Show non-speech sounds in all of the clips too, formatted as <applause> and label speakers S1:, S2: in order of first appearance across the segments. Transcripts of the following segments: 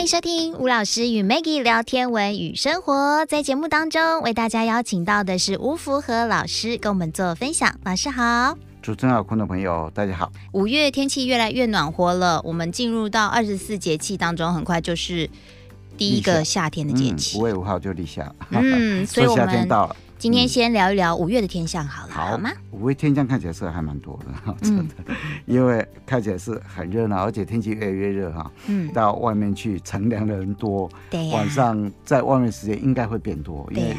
S1: 迎收听吴老师与 Maggie 聊天文与生活。在节目当中，为大家邀请到的是吴福和老师，跟我们做分享。老师好。
S2: 主持人好，观众朋友大家好。
S1: 五月天气越来越暖和了，我们进入到二十四节气当中，很快就是第一个
S2: 立
S1: 夏天的节气
S2: 嗯五。月五号就立夏，
S1: 嗯 <laughs> 所以我
S2: 说夏天
S1: 们
S2: 到了。
S1: 今天先聊一聊五月的天象好了，好吗？？
S2: 五月天象看起来是还蛮多的， <laughs> 哈
S1: 嗯
S2: 因为看起来是很热闹，而且天气越来越热哈。
S1: 嗯，
S2: 到外面去乘凉的人多，
S1: 对呀、
S2: 晚上在外面时间应该会变多，因
S1: 对
S2: 为
S1: 呀、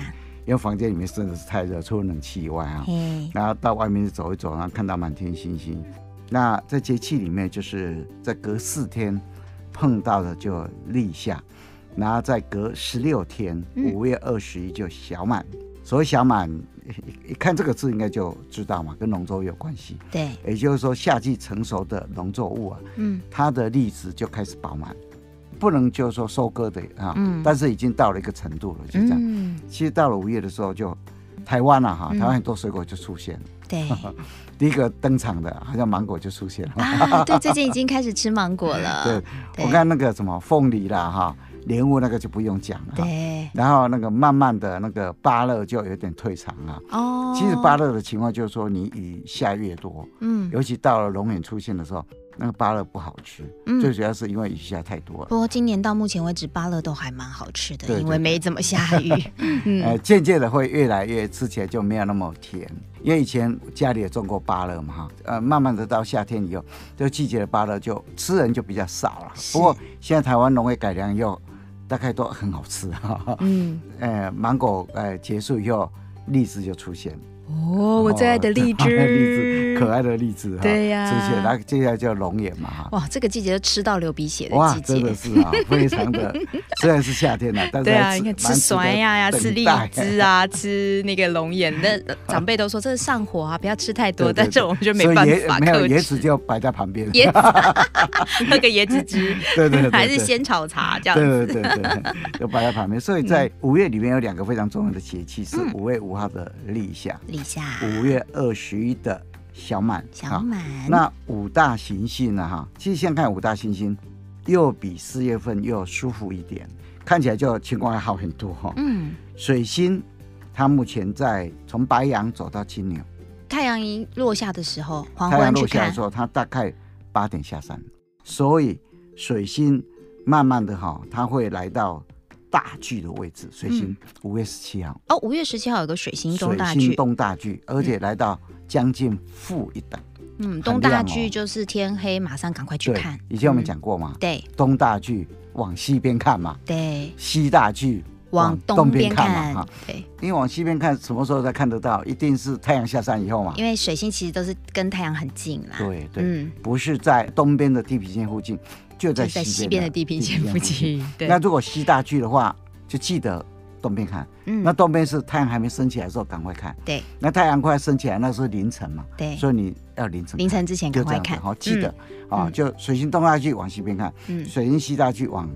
S2: 因为房间里面真的是太热，除了冷气以外啊。
S1: 嘿，
S2: 然后到外面走一走，然后看到满天星星。那在节气里面，就是在隔四天碰到的就立夏，然后再隔十六天，
S1: 嗯
S2: 五月二十一就小满。所谓小满，一一看这个字应该就知道嘛，跟农作物有关系。
S1: 对，
S2: 也就是说，夏季成熟的农作物啊，
S1: 嗯
S2: 它的粒子就开始饱满，不能就是说收割的啊，
S1: 嗯
S2: 但是已经到了一个程度 <laughs> 了，就这样。
S1: 嗯，
S2: 其实到了五月的时候就，台湾啊哈，
S1: 嗯
S2: 台湾很多水果就出现了。
S1: 对
S2: 第一个登场的，好像芒果就出现了。
S1: 啊，对，最近已经开始吃芒果了，
S2: <laughs> 对，
S1: 啊对
S2: 我看那个什么凤梨啦，哈，莲雾那个就不用讲了。哈。
S1: 对
S2: 然后那个慢慢的那个芭乐就有点退场啊。
S1: 哦，
S2: 其实芭乐的情况就是说，你雨下越多，
S1: 嗯
S2: 尤其到了龙眼出现的时候，那个芭乐不好吃，最
S1: 嗯。
S2: 主要是因为雨下太多了。
S1: 不过今年到目前为止，芭乐都还蛮好吃的，
S2: 对
S1: 因
S2: 对
S1: 为
S2: 对
S1: 没怎么下
S2: <laughs>
S1: 雨。嗯
S2: 呃，渐渐的会越来越吃起来就没有那么甜，因为以前家里也种过芭乐嘛哈，呃，慢慢的到夏天以后，这季节的芭乐就吃人就比较少了。
S1: 是
S2: 不过现在台湾农业改良以后，大概都很好吃哈哈。 <laughs>
S1: 嗯，
S2: 呃，芒果呃结束以后，荔枝就出现，
S1: 哦，我最爱
S2: <laughs>
S1: 的荔枝，
S2: 荔枝可爱的荔枝哈，
S1: 对呀
S2: 出现，然后接下来就龙眼嘛哈。
S1: 哇，这个季节都吃到流鼻血的
S2: 哇，
S1: 哦季节，
S2: 真的是啊，非常的， <laughs> 虽然是夏天了、但是
S1: 对啊，
S2: 还
S1: 你看吃
S2: 蛮值得
S1: 酸呀呀，
S2: 等
S1: 吃荔
S2: 待
S1: 枝啊，吃那个龙眼，那呃长辈都说这是上火啊，不要吃太多，但是我们就没办法
S2: 没有
S1: 克
S2: 椰子
S1: 制。
S2: 就摆在旁边，
S1: 椰子喝个椰子汁，
S2: 对 <laughs> 对对，
S1: 还是
S2: 对
S1: 先炒茶这样子。嗯
S2: 对对对对，就摆在旁边。所以在五月里面有两个非常重要的节气，是五月五号的立夏，
S1: 立夏，
S2: 五月二十一的小满。
S1: 小
S2: 啊
S1: 满，
S2: 那五大行星呢？哈，其实先看五大行星，又比四月份又舒服一点，看起来就情况还好很多哈、
S1: 嗯，
S2: 水星，它目前在从白羊走到金牛，
S1: 太阳一落下的时候，黄
S2: 太阳
S1: 昏啊去
S2: 落下的
S1: 看
S2: 时，候，它大概八点下山，所以水星慢慢的哈、它会来到大巨的位置。水星五月十七号，
S1: 哦，五月十七号有个水星东嗯
S2: 水
S1: 大
S2: 星
S1: 距，
S2: 东大巨，而且来到将近负一等。
S1: 嗯，
S2: 很
S1: 东大
S2: 亮哦
S1: 距就是天黑马上赶快去
S2: 对
S1: 看。，
S2: 以前我
S1: 嗯，
S2: 们讲过嘛，
S1: 对
S2: 东大巨往西边看嘛，
S1: 对，
S2: 西大巨
S1: 往东
S2: 东
S1: 边
S2: 边看嘛
S1: 看
S2: 哈。，
S1: 对，
S2: 因为往西边看，什么时候才看得到？一定是太阳下山以后嘛
S1: 因。为水星其实都是跟太阳很近啦。
S2: 对对，
S1: 嗯，
S2: 不是在东边的地平线附近，
S1: 就
S2: 就在
S1: 是在西
S2: 西
S1: 边
S2: 边
S1: 的地平线附。近。对，
S2: 那如果西大距的话，就记得东边看。
S1: 嗯
S2: 那东边是太阳还没升起来的时候，赶快看。
S1: 对
S2: 那太阳快升起来，那时候凌晨嘛，
S1: 对，
S2: 所以你要凌晨看
S1: 凌晨之前赶
S2: 就这
S1: 快
S2: 样子
S1: 看。
S2: 好，记得啊，
S1: 嗯
S2: 就水星东大距往西边看，
S1: 嗯，
S2: 水星西大距往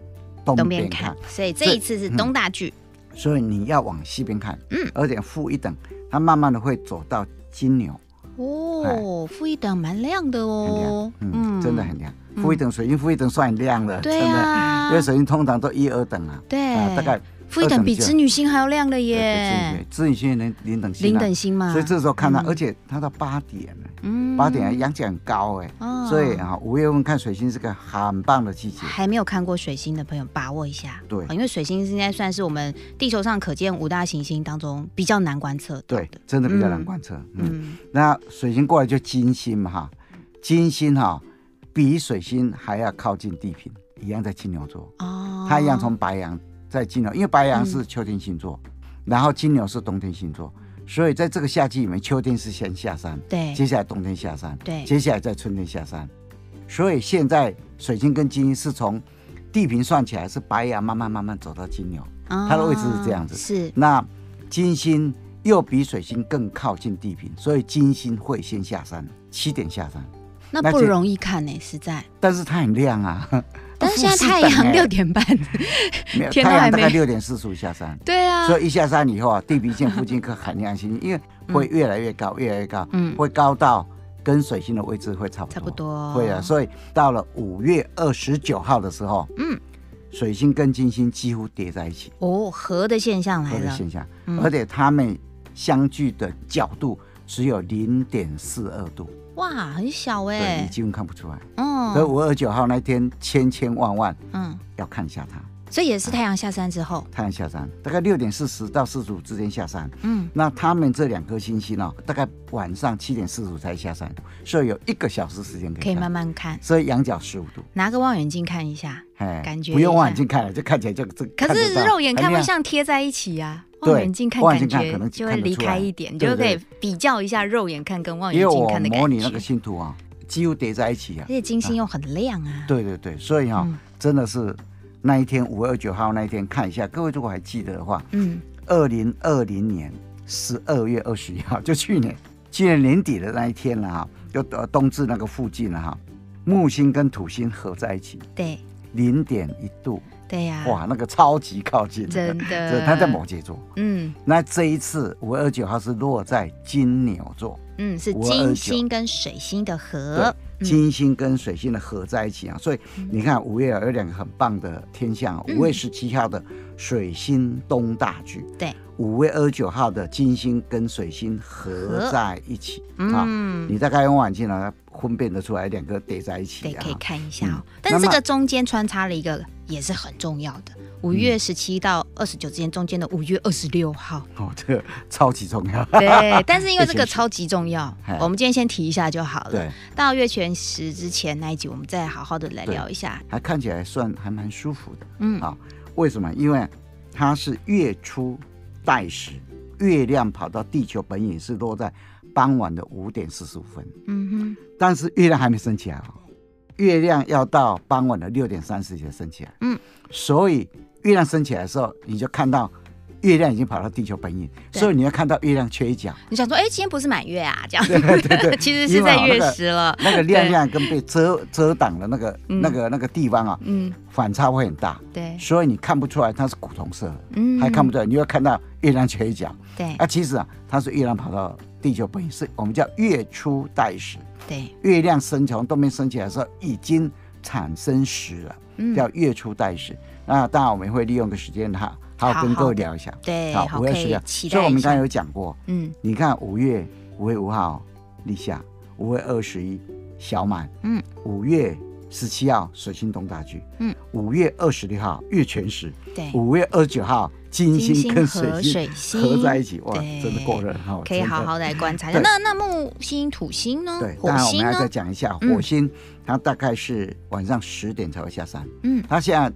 S1: 东
S2: 东
S1: 边
S2: 边
S1: 看
S2: 看，，嗯
S1: 所以这一次是东大距。
S2: 所以你要往西边看。
S1: 嗯，
S2: 而且负一等，它慢慢的会走到金牛，
S1: 哦，负一等蛮亮的
S2: 哎很
S1: 哦
S2: 亮，，嗯，真的很亮。负一等，水星负一等算很亮了，
S1: 对
S2: 真的，
S1: 啊
S2: 因为，水星通常都一二等啊，
S1: 对
S2: 啊，大概呃
S1: 负一等比织女星还要亮了耶
S2: 对，对，自己先零零等星
S1: 零
S2: 啊
S1: 等星嘛，
S2: 所以这时候看它，
S1: 嗯
S2: 而且它到八点了，
S1: 嗯
S2: 八点阳气很高哎，
S1: 哦
S2: 所以啊，五月份看水星是个很棒的季节。
S1: 还没有看过水星的朋友，把握一下。哦
S2: 对
S1: 因为水星应该算是我们地球上可见五大行星当中比较难观测到
S2: 对
S1: 的。，
S2: 真的比
S1: 嗯
S2: 较难贯彻。嗯，
S1: 嗯，
S2: 那水星过来就金星嘛哈，金星哈比水星还要靠近地平，一样在金牛座，
S1: 哦，
S2: 它一样从白羊在金牛，因为白羊
S1: 嗯
S2: 是秋天星座，然后金牛是冬天星座，所以在这个夏季里面，秋天是先下山，
S1: 对
S2: 接下来冬天下山，
S1: 哎对
S2: 接下来在春天下山，所以现在水星跟金星是从地平算起来是白羊慢慢慢慢走到金牛，
S1: 它
S2: 它的位置是这样子
S1: 哦是
S2: 那金星又比水星更靠近地平，所以金星会先下山，七点下山，
S1: 那
S2: 那哦
S1: 不
S2: 就
S1: 容易看呢、实在。
S2: 但是它很亮啊，
S1: <laughs> 但是现在太
S2: 欸
S1: 阳
S2: <laughs>
S1: 六点半，
S2: 哎没有
S1: 天都
S2: 太
S1: 还
S2: 阳大
S1: 没
S2: 概六点四十五下山，
S1: 对啊，
S2: 所以一下山以后啊，地平线附近可很亮星，因为会越来越高，越来越高，
S1: 嗯
S2: 会高到跟水星的位置会差不多，
S1: 差
S2: 啊
S1: 不多
S2: 会啊，所以到了五月二十九号的时候，
S1: 嗯，
S2: 水星跟金星几乎叠在一起，
S1: 哦，合的现象来
S2: 这个
S1: 了，
S2: 现象，
S1: 嗯
S2: 而且它们相距的角度只有零点四二度，
S1: 哇，很小
S2: 对你
S1: 哎、
S2: 几乎看不出来。所以
S1: 嗯
S2: 五二九号那天，千千万万
S1: 嗯，
S2: 要看一下它。
S1: 所以也是太阳下山之后，
S2: 太阳下山，大概六点四十到四十五之间下山。
S1: 嗯，
S2: 那他们这两颗星星哦，大概晚上七点四十五才下山，所以有一个小时时间可以
S1: 可以
S2: 看
S1: 慢慢看，
S2: 所以仰角十五度，
S1: 拿个望远镜看一下。
S2: 哎，
S1: 感觉
S2: 不
S1: 一
S2: 用
S1: 下
S2: 望远镜看了，就看起来就这。
S1: 可
S2: 看得
S1: 是
S2: 到
S1: 肉眼看会
S2: 很亮
S1: 像贴在一起呀、
S2: 对
S1: 望远镜看
S2: 望远
S1: 感
S2: 镜看可能
S1: 觉就会
S2: 看得
S1: 离
S2: 出
S1: 开
S2: 来
S1: 一点，
S2: 对
S1: 就
S2: 不
S1: 可
S2: 对
S1: 以比较一下肉眼看跟望
S2: 因为
S1: 远镜
S2: 我
S1: 看的感
S2: 模拟那个
S1: 觉。
S2: 星图啊、几乎叠在一起啊
S1: 而。且金星又很亮啊，
S2: 对对对，所以哈、
S1: 嗯
S2: 真的是那一天五月二九号那一天看一下，各位如果还记得的话，
S1: 嗯，
S2: 二零二零年十二月二十一号， <laughs> 就去年去年年底的那一天了、哈，就呃冬至那个附近了、哈，木星跟土星合在一起，
S1: 对
S2: 零点一度，
S1: 对呀、
S2: 哇，那个超级靠近，
S1: 啊真的
S2: 这它在摩羯座。
S1: 嗯
S2: 那这一次五月二九号是落在金牛座，
S1: 嗯，是
S2: 529
S1: 金星跟水星的合，嗯
S2: 金星跟水星的合在一起啊，所以你看五月有两个很棒的天象，啊
S1: 嗯
S2: 五月十七号的水星东大举，
S1: 对，
S2: 五月二十九号的金星跟水星合
S1: 合
S2: 在一起啊，
S1: 嗯，
S2: 你大概用望远镜呢分辨得出来两个叠在一起
S1: 对，
S2: 啊
S1: 可以。看一下哦。
S2: 嗯
S1: 但是
S2: 那
S1: 这
S2: 么
S1: 个中间穿插了一个也是很重要
S2: 嗯
S1: 的，五月十七到二十九之间中间的五月二十六号，
S2: 哦，这个超级重要。
S1: 对，但是因为这
S2: 被
S1: 个
S2: 选出
S1: 超级重要
S2: 嘿，
S1: 我们今天先提一下就好了。
S2: 对，
S1: 到月全食之前那一集，我们再好好的来
S2: 对
S1: 聊一下。
S2: 还看起来算还蛮舒服的。
S1: 嗯，
S2: 啊，为什么？因为它是月初带时，月亮跑到地球本影是落在傍晚的五点四十五分，
S1: 嗯哼，
S2: 但是月亮还没升起来哦，月亮要到傍晚的六点三十才升起来。
S1: 嗯，
S2: 所以月亮升起来的时候，你就看到月亮已经跑到地球本影，
S1: 对
S2: 所以你要看到月亮缺一角，
S1: 你想说，哎，今天不是满月啊？
S2: <laughs>
S1: 这样， <laughs> 其实是
S2: 因为
S1: 在
S2: 哦
S1: 月
S2: 那个
S1: 食了。
S2: 那个亮亮跟被遮遮挡的那个、
S1: 嗯
S2: 那个那个地方啊，
S1: 嗯，
S2: 反差会很大，
S1: 对，
S2: 所以你看不出来它是古铜色的。
S1: 嗯，
S2: 还看不出来，你会看到月亮缺一角。
S1: 对
S2: 啊，其实啊，它是月亮跑到地球本影，是我们叫月初带时，
S1: 对，
S2: 月亮升从东边升起来的时候已经产生时了，
S1: 嗯，
S2: 叫月初带时。那当然我们会利用个时间哈，好好跟
S1: 好好
S2: 各位聊一下。
S1: 对，
S2: 五
S1: 可
S2: 月十
S1: 以
S2: 六，
S1: 期
S2: 所以
S1: 待
S2: 我
S1: 一
S2: 们刚才
S1: 下。
S2: 有讲过，
S1: 嗯
S2: 你看五月五月五号立夏，五月二十一小满，
S1: 嗯，
S2: 五月十七号水星东大局，
S1: 嗯，
S2: 五月二十六号月全食，
S1: 对，
S2: 五月二十九号，金
S1: 哎金
S2: 星
S1: 星
S2: 跟
S1: 和
S2: 水
S1: 水星
S2: 星合在一起，哇，
S1: 对
S2: 真的过热哈！
S1: 可以好好
S2: 的。
S1: 地来观察一下。
S2: 对
S1: 那那木星、土星呢
S2: 对？，当
S1: 火
S2: 然我们
S1: 星
S2: 要再
S1: 呢？
S2: 讲一下
S1: 嗯
S2: 火星，它大概是晚上十点才会下山。
S1: 嗯，
S2: 它现在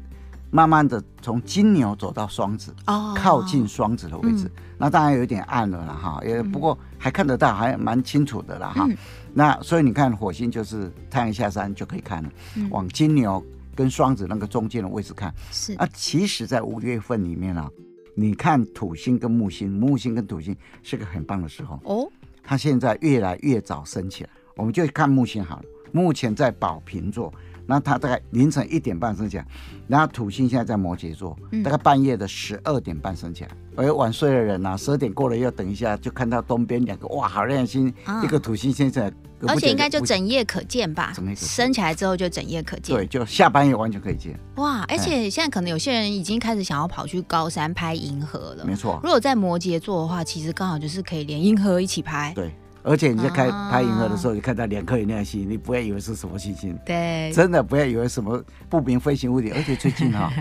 S2: 慢慢的从金牛走到双子，
S1: 哦，嗯
S2: 靠近双子的位置，那当然有点暗了啦哈，也不过还看得到，还蛮清楚的啦哈。
S1: 嗯
S2: 那所以你看火星就是太阳下山就可以看了，
S1: 嗯
S2: 往金牛跟双子那个中间的位置看，
S1: 是
S2: 啊，其实，在五月份里面啊，你看土星跟木星，木星跟土星是个很棒的时候，
S1: 哦，
S2: 它现在越来越早升起来。我们就看木星好了，目前在宝瓶座，那它大概凌晨一点半升起来，然后土星现在在摩羯座，
S1: 嗯
S2: 大概半夜的十二点半升起来。而晚睡的人呐、啊，十二点过了要等一下，就看到东边两个哇，好亮的星，
S1: 啊
S2: 一个土星现在，隔不
S1: 而
S2: 久
S1: 且应该就
S2: 不
S1: 整夜可见吧
S2: 整夜，可见
S1: 升起来之后就整夜可见。
S2: 对，哎就下半夜完全可以见，
S1: 哇，而且现在可能有些人已经开始想要跑去高山拍银河了。
S2: 没错
S1: 如。果在摩羯座的话，其实刚好就是可以连银河一起拍。
S2: 对，而且你在开
S1: 啊
S2: 拍银河的时候，你看到两颗以内的星，你不会以为是什么星星，
S1: 对，
S2: 真的不要以为什么不明飞行物体。而且最近
S1: <laughs>
S2: 哈、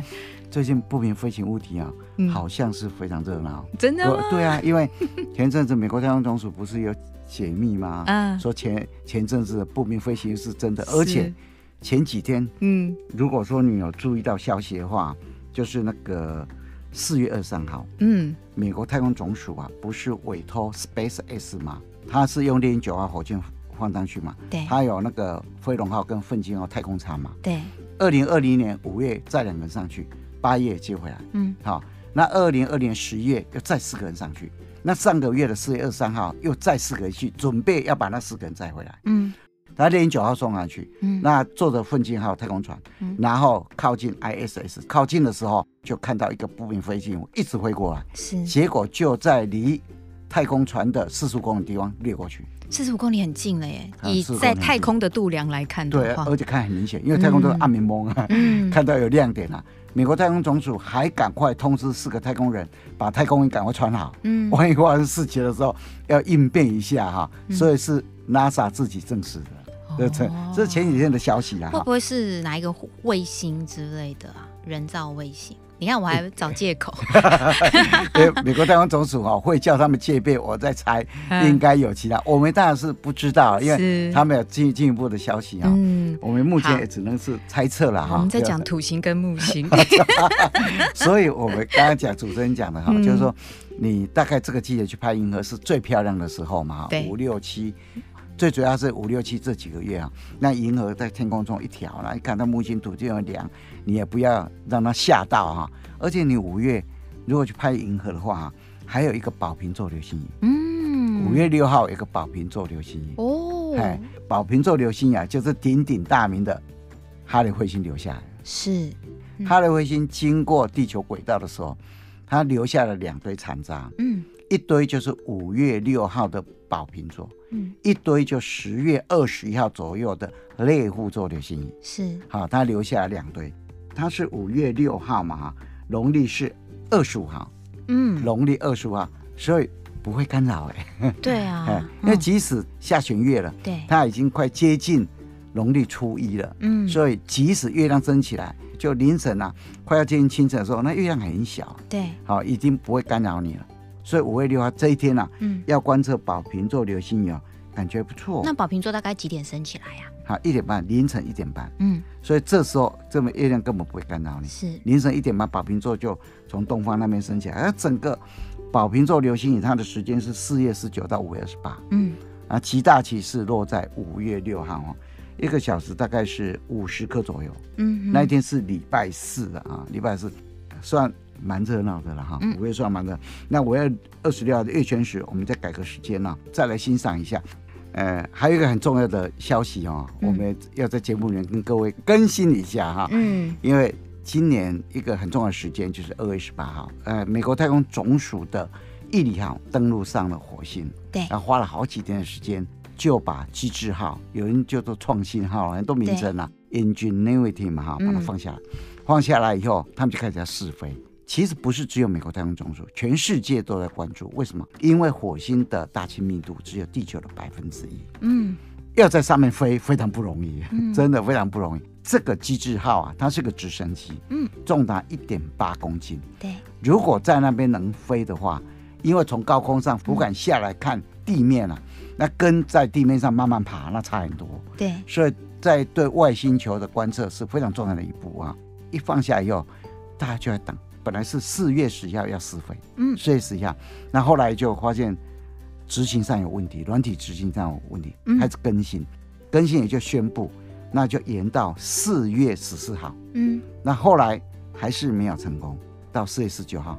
S2: 最近不明飞行物体啊，
S1: 嗯
S2: 好像是非常热闹。
S1: 真的
S2: 我
S1: 吗？
S2: 对啊，因为前阵子美国太空总署不是有解密吗？
S1: 嗯
S2: 说前前阵子的不明飞行物是真的，而且
S1: 是
S2: 前几天
S1: 嗯
S2: 如果说你有注意到消息的话，就是那个四月二三号，
S1: 嗯，
S2: 美国太空总署啊，不是委托 SpaceX 吗？它是用猎鹰九号火箭放上去嘛？
S1: 对
S2: 它有那个飞龙号跟奋进号太空舱嘛？
S1: 对，
S2: 二零二零年五月载两个人上去，八月接回来。
S1: 嗯
S2: 好、那二零二年十月又载四个人上去，那上个月的四月二十三号又载四个人去，准备要把那四个人载回来。
S1: 嗯
S2: 它猎鹰九号送上去，
S1: 嗯，
S2: 那坐着奋进号太空船
S1: 嗯，
S2: 然后靠近 ISS，靠近的时候就看到一个不明飞行物一直飞过来。
S1: 是
S2: 结果就在离太空船的四十公里地方掠过去。
S3: 四十五公里很近了耶，
S2: 啊
S3: 以
S2: 45
S3: 在
S2: 公里
S3: 太空的度量来看
S2: 对
S3: 的，话，嗯
S2: 而且看很明显，因为太空都是暗明蒙啊，看到有亮点啊。美国太空总署还赶快通知四个太空人把太空衣赶快穿好，嗯，万一发生事情的时候要应变一下哈、所以是 NASA 自己证实的，对这这是前几天的消息啊。
S3: 哦会
S2: 哈 <laughs>
S3: 不会是哪一个卫星之类的啊？人造卫星？你看我还找借口，
S2: 因为美国太空总署哈、会叫他们戒备，我在猜
S3: 嗯
S2: <laughs> 应该有其他，我们当然是不知道，因为
S3: 是
S2: 他们有进进一步的消息啊、
S3: 嗯，
S2: 我们目
S3: 好
S2: 前也只能是猜测了哈。
S3: 我们在
S2: 对
S3: 讲土星跟木
S2: <laughs>
S3: 星，
S2: 所以我们刚刚讲主持人讲的哈，
S3: 嗯
S2: 就是说你大概这个季节去拍银河是最漂亮的时候嘛，哈
S3: 对
S2: 五六七。最主要是五六七这几个月啊，那银河在天空中一条啦，你看到木星、土星有两，你也不要让它吓到哈、而且你五月如果去拍银河的话、啊，还有一个宝瓶座流星雨，
S3: 嗯，
S2: 五月六号有一个宝瓶座流星雨，
S3: 哦，
S2: 哎、宝瓶座流星雨啊，就是鼎鼎大名的哈雷彗星留下来。
S3: 是，嗯
S2: 哈雷彗星经过地球轨道的时候，它留下了两堆残渣，
S3: 嗯
S2: 一堆就是五月六号的宝瓶座，
S3: 嗯，
S2: 一堆就十月二十一号左右的猎户座流星雨。
S3: 是，
S2: 好，它留下了两堆，它是五月六号嘛，哈，农历是二十五号，
S3: 嗯，
S2: 农历二十五号，所以不会干扰哎、
S3: 对
S2: 哎、
S3: 啊，
S2: 因为
S3: 嗯
S2: 即使下弦月了，
S3: 对，
S2: 它已经快接近农历初一了。
S3: 嗯，
S2: 所以即使月亮升起来，就凌晨啊，快要接近清晨的时候，那月亮很小，
S3: 对，
S2: 好、已经不会干扰你了。所以五月六号这一天啊，
S3: 嗯，
S2: 要观测宝瓶座流星雨啊，感觉不错。
S3: 那宝瓶座大概几点升起来呀？啊
S2: 好，一点半，凌晨一点半，
S3: 嗯，
S2: 所以这时候这么月亮根本不会干扰你。
S3: 是，
S2: 凌晨一点半，宝瓶座就从东方那边升起来，而整个宝瓶座流星雨它的时间是四月十九到五月二十八，
S3: 嗯，
S2: 啊，极大期是落在五月六号哦，一个小时大概是五十颗左右。
S3: 嗯哼，
S2: 那一天是礼拜四啊，礼拜四算蛮热闹的了哈，
S3: 嗯
S2: 五月算蛮热。那五月二十六号的月全食，我们再改个时间呢、啊再来欣赏一下。呃，还有一个很重要的消息哦，我们要在节目里面跟各位更新一下哈，
S3: 嗯，
S2: 因为今年一个很重要的时间就是二月十八号，呃，美国太空总署的毅力号登陆上了火星，
S3: 对
S2: 然后花了好几天的时间就把机制号，有人叫做创新号，很多名称啊，ingenuity 嘛哈，把它
S3: 嗯
S2: 放下来，放下来以后，他们就开始要试飞。其实不是只有美国太空总署，全世界都在关注。为什么？因为火星的大气密度只有地球的百分之一，
S3: 嗯，
S2: 要在上面飞非常不容易， <laughs> 真的非常不容易。这个机制号啊，它是个直升机，
S3: 嗯，
S2: 重达一点八公斤。
S3: 对，
S2: 如果在那边能飞的话，因为从高空上不敢下来看地面啊，那跟在地面上慢慢爬那差很多，
S3: 对，
S2: 所以在对外星球的观测是非常重要的一步啊。一放下以后，大家就在等，本来是四月十一号要试飞，
S3: 嗯
S2: 四月十一号，那后来就发现执行上有问题，软体执行上有问题，
S3: 嗯
S2: 开始更新，更新也就宣布，那就延到四月十四号。
S3: 嗯，
S2: 那后来还是没有成功，到四月十九号，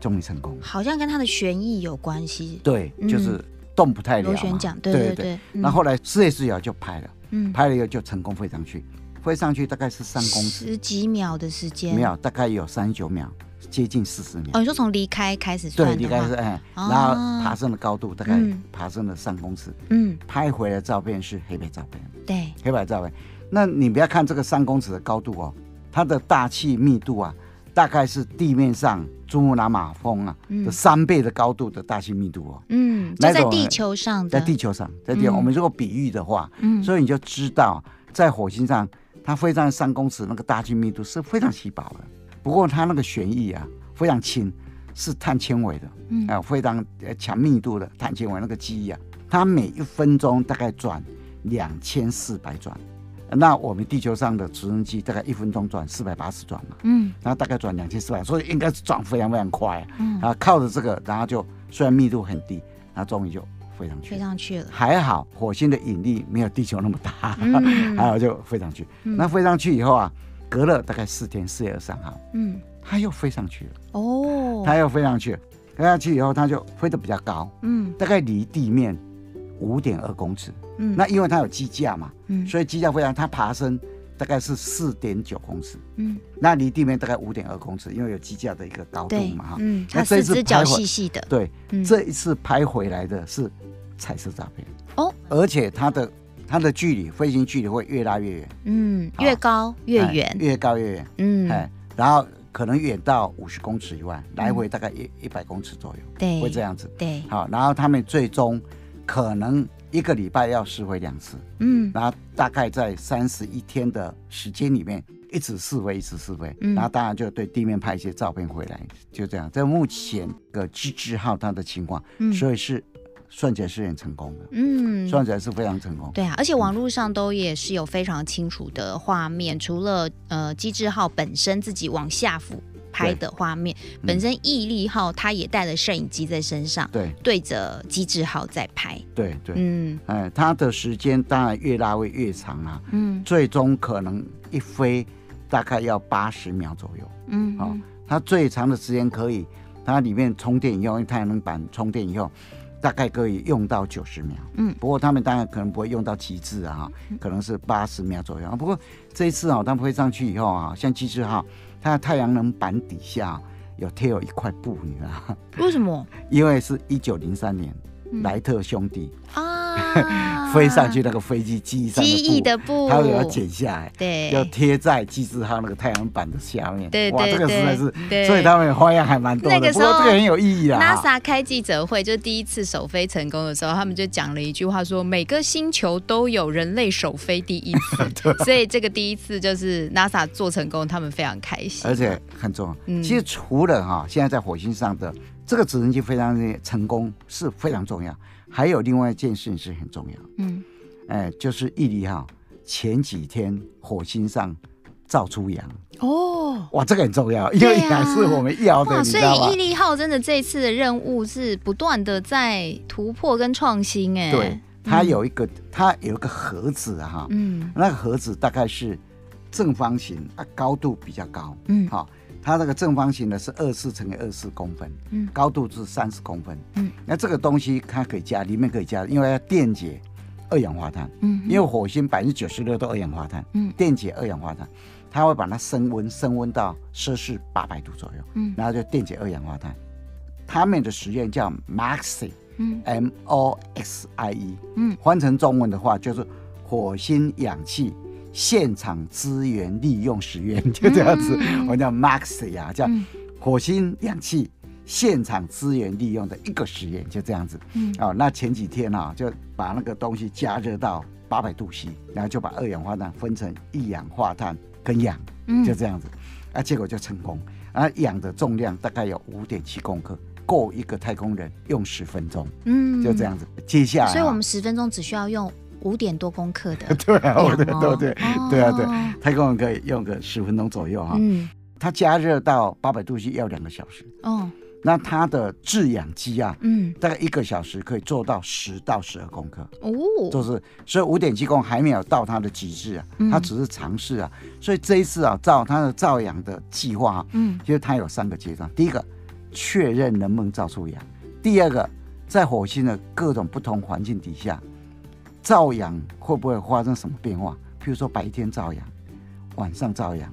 S2: 终于成功了。
S3: 好像跟他的旋翼有关系，
S2: 对，
S3: 嗯
S2: 就是动不太了嘛。
S3: 螺旋桨，对
S2: 对
S3: 对对，
S2: 那后来四月十九号就拍了，
S3: 嗯，
S2: 拍了以后就成功飞上去，飞上去大概是三公尺，
S3: 十几秒的时间，
S2: 没有，大概有三十九秒，接近四十秒。
S3: 哦，你说从离开开始算
S2: 对，
S3: 的
S2: 离
S3: 话
S2: 开是哎，
S3: 哦
S2: 然后爬升的高度大概
S3: 嗯
S2: 爬升了三公尺，
S3: 嗯，
S2: 拍回来的照片是黑白照片，
S3: 对，
S2: 黑白照片。那你不要看这个三公尺的高度哦，它的大气密度啊，大概是地面上珠穆朗玛峰啊
S3: 嗯
S2: 的三倍的高度的大气密度哦，
S3: 嗯，就
S2: 那
S3: 在
S2: 种
S3: 地
S2: 很
S3: 球上的，
S2: 在地球上，在地球，
S3: 嗯
S2: 我们如果比喻的话，
S3: 嗯
S2: 所以你就知道在火星上，它飞上三公尺那个大气密度是非常稀薄的。不过它那个旋翼啊非常轻，是碳纤维的，
S3: 嗯
S2: 啊、非常呃强密度的碳纤维那个机翼啊，它每一分钟大概转两千四百转。那我们地球上的直升机大概一分钟转四百八十转嘛，
S3: 嗯
S2: 然后大概转两千四百，所以应该是转非常非常快啊。
S3: 嗯
S2: 啊，靠着这个，然后就虽然密度很低，然后终于就飞上去
S3: 飞
S2: 了。
S3: 上去了，
S2: 还好火星的引力没有地球那么大，
S3: 嗯
S2: 还有就飞上去。那飞上去以后啊，隔了大概四天，四月二三号，
S3: 嗯，
S2: 它又飞上去了，
S3: 哦，
S2: 它又飞上去了。飞上去以后，它就飞得比较高，
S3: 嗯
S2: 大概离地面五点二公尺。
S3: 嗯，
S2: 那因为它有机架嘛，
S3: 嗯
S2: 所以机架飞上，它爬升大概是四点九公尺，
S4: 嗯，
S2: 那离地面大概五点二公尺，因为有机架的一个高度
S4: 对
S2: 嘛，哈，。
S4: 嗯，
S2: 那
S4: 它
S2: 这一
S4: 四
S2: 次
S4: 只脚
S2: 徘徊
S4: 细细的，
S2: 对，
S4: 嗯
S2: 这一次拍回来的是彩色照片
S1: 哦，
S2: 而且它的它的距离飞行距离会越拉越远，
S4: 嗯，
S2: 好
S4: 越高越
S2: 哎
S4: 远，
S2: 越高越远，
S4: 嗯，
S2: 哎，然后可能远到五十公尺以外，来回大概一一百公尺左右，
S4: 对，
S2: 会这，样子。
S4: 对，
S2: 好，然后他们最终可能一个礼拜要试飞两次，
S4: 嗯
S2: 然后大概在三十一天的时间里面。一直试飞，一直试飞，
S4: 嗯
S2: 然后当然就对地面拍一些照片回来，就这样。这目前的机制号它的情况，
S4: 嗯
S2: 所以是算起来是很成功的，
S4: 嗯，
S2: 算起来是非常成功。
S1: 对啊，而且网络上都也是有非常清楚的画面，除了呃机智号本身自己往下俯拍的画面，
S2: 嗯
S1: 本身毅力号它也带了摄影机在身上，
S2: 对
S1: 对着机智号在拍。
S2: 对对，
S1: 嗯
S2: 哎，它的时间当然越拉会越长啊，
S1: 嗯
S2: 最终可能一飞大概要八十秒左右。
S1: 嗯，
S2: 好、哦它最长的时间可以，它里面充电以后，因为太阳能板充电以后，大概可以用到九十秒。
S1: 嗯
S2: 不过他们当然可能不会用到极致啊，可能是八十秒左右啊。不过这一次啊，他们飞上去以后啊，像机智号，它的太阳能板底下啊、有贴有一块布，你知道吗，
S1: 为什么
S2: 因为是一九零三年
S1: 嗯
S2: 莱特兄弟
S1: 啊
S2: <laughs> 飞上去那个飞机机翼上
S1: 机翼
S2: 的
S1: 啊的布，
S2: 布，他们要剪下来。
S1: 对，
S2: 要贴在机智号那个太阳能板的下面，
S1: 对
S2: 哇，
S1: 对
S2: 这个实在
S1: 对
S2: 是
S1: 对，
S2: 所以他们花样还蛮多的。
S1: 那个时
S2: 不
S1: 候
S2: 过这个很有意义啊。
S1: NASA 开记者会，就第一次首飞成功的时候，他们就讲了一句话说每个星球都有人类首飞第一
S2: <laughs>
S1: 次，
S2: 啊
S1: 所以这个第一次就是 NASA 做成功，他们非常开心。
S2: 而且很重要。
S1: 嗯
S2: 其实除了哈、现在在火星上的这个直升机非常成功是非常重要，还有另外一件事情是很重要，
S1: 嗯，
S2: 哎，就是毅力号前几天火星上照出阳，
S1: 哦，
S2: 哇，这个很重要，因
S1: 对啊
S2: 为阳是我们要的，
S1: 哇，
S2: 你
S1: 所
S2: 知道啊
S1: 以毅
S2: 吗？
S1: 力号真的这一次的任务是不断的在突破跟创新，哎，
S2: 对，，它有一个、它有一个盒子啊哈、
S1: 嗯
S2: 那个盒子大概是正方形，啊，高度比较高，
S1: 嗯
S2: 好、它那个正方形呢是二四乘以二四公分，
S1: 嗯
S2: 高度是三十公分，
S1: 嗯，
S2: 那这个东西它可以加，里面可以加，因为它电解二氧化碳，
S1: 嗯
S2: 因为火星百分之九十六都二氧化碳，
S1: 嗯
S2: 电解二氧化碳，它会把它升温，升温到摄氏八百度左右，
S1: 嗯
S2: 然后就电解二氧化碳。他们的实验叫 MOXIE，
S1: 嗯
S2: M O X I E，
S1: 嗯
S2: 翻成中文的话就是火星氧气现场资源利用实验，就这样子，我们叫 MAX 呀，叫
S1: 嗯
S2: 火星氧气现场资源利用的一个实验，就这样子。
S1: 嗯
S2: 哦，那前几天啊，就把那个东西加热到八百度 C，然后就把二氧化碳分成一氧化碳跟氧，
S1: 嗯
S2: 就这样子，啊，结果就成功。啊，氧的重量大概有五点七公克，够一个太空人用十分钟。
S1: 嗯
S2: 就这。样子。接下来啊、
S1: 所以我们十分钟只需要用五点多公克
S2: <laughs>
S1: 的
S2: 对啊，
S1: 量哦，
S2: 对对对对啊对
S1: 哦，
S2: 太空人可以用个十分钟左右哈、
S1: 嗯
S2: 它加热到八百度 C 要两个小时，
S1: 哦
S2: 那它的制氧机啊，
S1: 嗯
S2: 大概一个小时可以做到十到十二公克，
S1: 哦
S2: 就是所以五点七公还没有到它的极致啊，
S1: 嗯
S2: 它只是尝试啊。所以这一次啊，照它的造氧的计划、啊，
S1: 嗯
S2: 就是它有三个阶段：第一个，确认能不能造出氧；第二个，在火星的各种不同环境底下，造氧会不会发生什么变化？譬如说白天造氧，晚上造氧，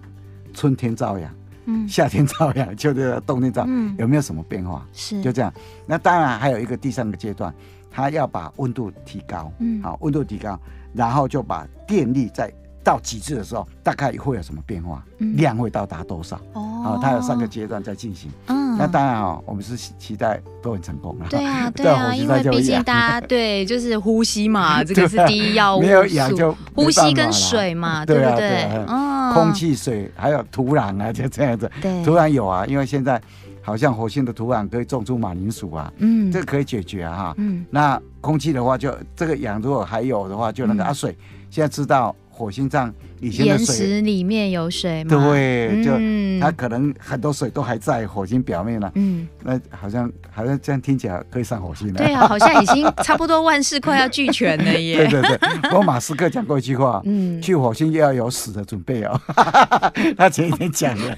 S2: 春天造氧，
S1: 嗯
S2: 夏天造 <laughs> 氧，秋天造氧冬天造氧，
S1: 嗯
S2: 有没有什么变化？
S1: 是
S2: 就这样。那当然还有一个第三个阶段，它要把温度提高，
S1: 嗯
S2: 好，温度提高，然后就把电力在到极致的时候，大概会有什么变化？
S1: 嗯
S2: 量会到达多少？啊、
S1: 哦
S2: 它有三个阶段在进行。
S1: 嗯
S2: 那当然啊、我们是期待都很成功了。
S1: 对啊对
S2: 对啊
S1: 啊，
S2: 我
S1: 因
S2: 现在
S1: 为
S2: 就
S1: 毕竟
S2: 痒
S1: 大家对就是呼吸
S2: <laughs>
S1: 嘛，这个是第一要务
S2: <laughs> 没有氧
S1: 素，
S2: 就
S1: 哦呼
S2: 没办
S1: 吸
S2: 法
S1: 跟
S2: 啦
S1: 水嘛，
S2: 对啊
S1: 不对
S2: 对啊？
S1: 嗯
S2: 空气、水还有土壤啊，就这样子。
S1: 对
S2: 土壤有啊，因为现在好像火星的土壤可以种出马铃薯啊，
S1: 嗯
S2: 这个可以解决啊哈。
S1: 嗯
S2: 那空气的话就，这个氧如果还有的话，就那个、
S1: 嗯
S2: 啊水。现在知道火星上以前
S1: 岩
S2: 的水，
S1: 石里面有水嘛，
S2: 对，就、
S1: 嗯
S2: 它可能很多水都还在火星表面呢、
S1: 嗯
S2: 那好像好像这样听起来可以上火星了。
S1: 对啊，好像已经差不多万事快要俱全了
S2: <laughs> 对
S1: 耶，<laughs>
S2: 对对，不过马斯克讲过一句话，
S1: 嗯，
S2: 去火星要有死的准备哦。 <laughs> 他前一天讲的，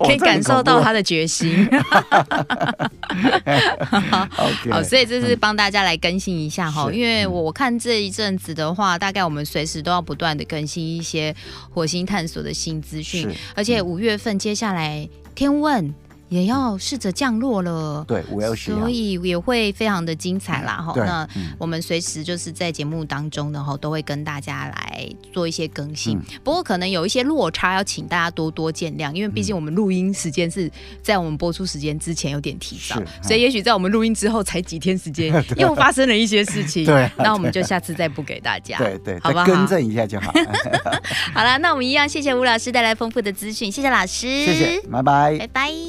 S2: 哦
S1: 可以感受到。他的决心。
S2: 这
S1: <laughs> 好，
S2: 很恐怖 OK，
S1: 所以这是帮大家来更新一下哈，
S2: 是
S1: 因为我我看这一阵子的话，大概我们随时都要不断的更新一些火星探索的新资讯
S2: 是，
S1: 而且五月份接下来天问也要试着降落了。
S2: 对，五幺十
S1: 所以也会非常的精彩啦哈。
S2: 对
S1: 那
S2: 嗯
S1: 我们随时就是在节目当中，然后都会跟大家来做一些更新。
S2: 嗯
S1: 不过可能有一些落差，要请大家多多见谅，因为毕竟我们录音时间是在我们播出时间之前有点提早
S2: 是，嗯
S1: 所以也许在我们录音之后才几天时
S2: <laughs>
S1: 间又发生了一些事情。
S2: 对啊
S1: 那我们就下次再补给大家。
S2: 对对，
S1: 啊好不
S2: 再
S1: 好？
S2: 更正一下
S1: <laughs>
S2: 就好。
S1: 好了，那我们一样谢谢吴老师带来丰富的资讯，谢谢老师，
S2: 谢谢，拜拜
S5: 拜。拜。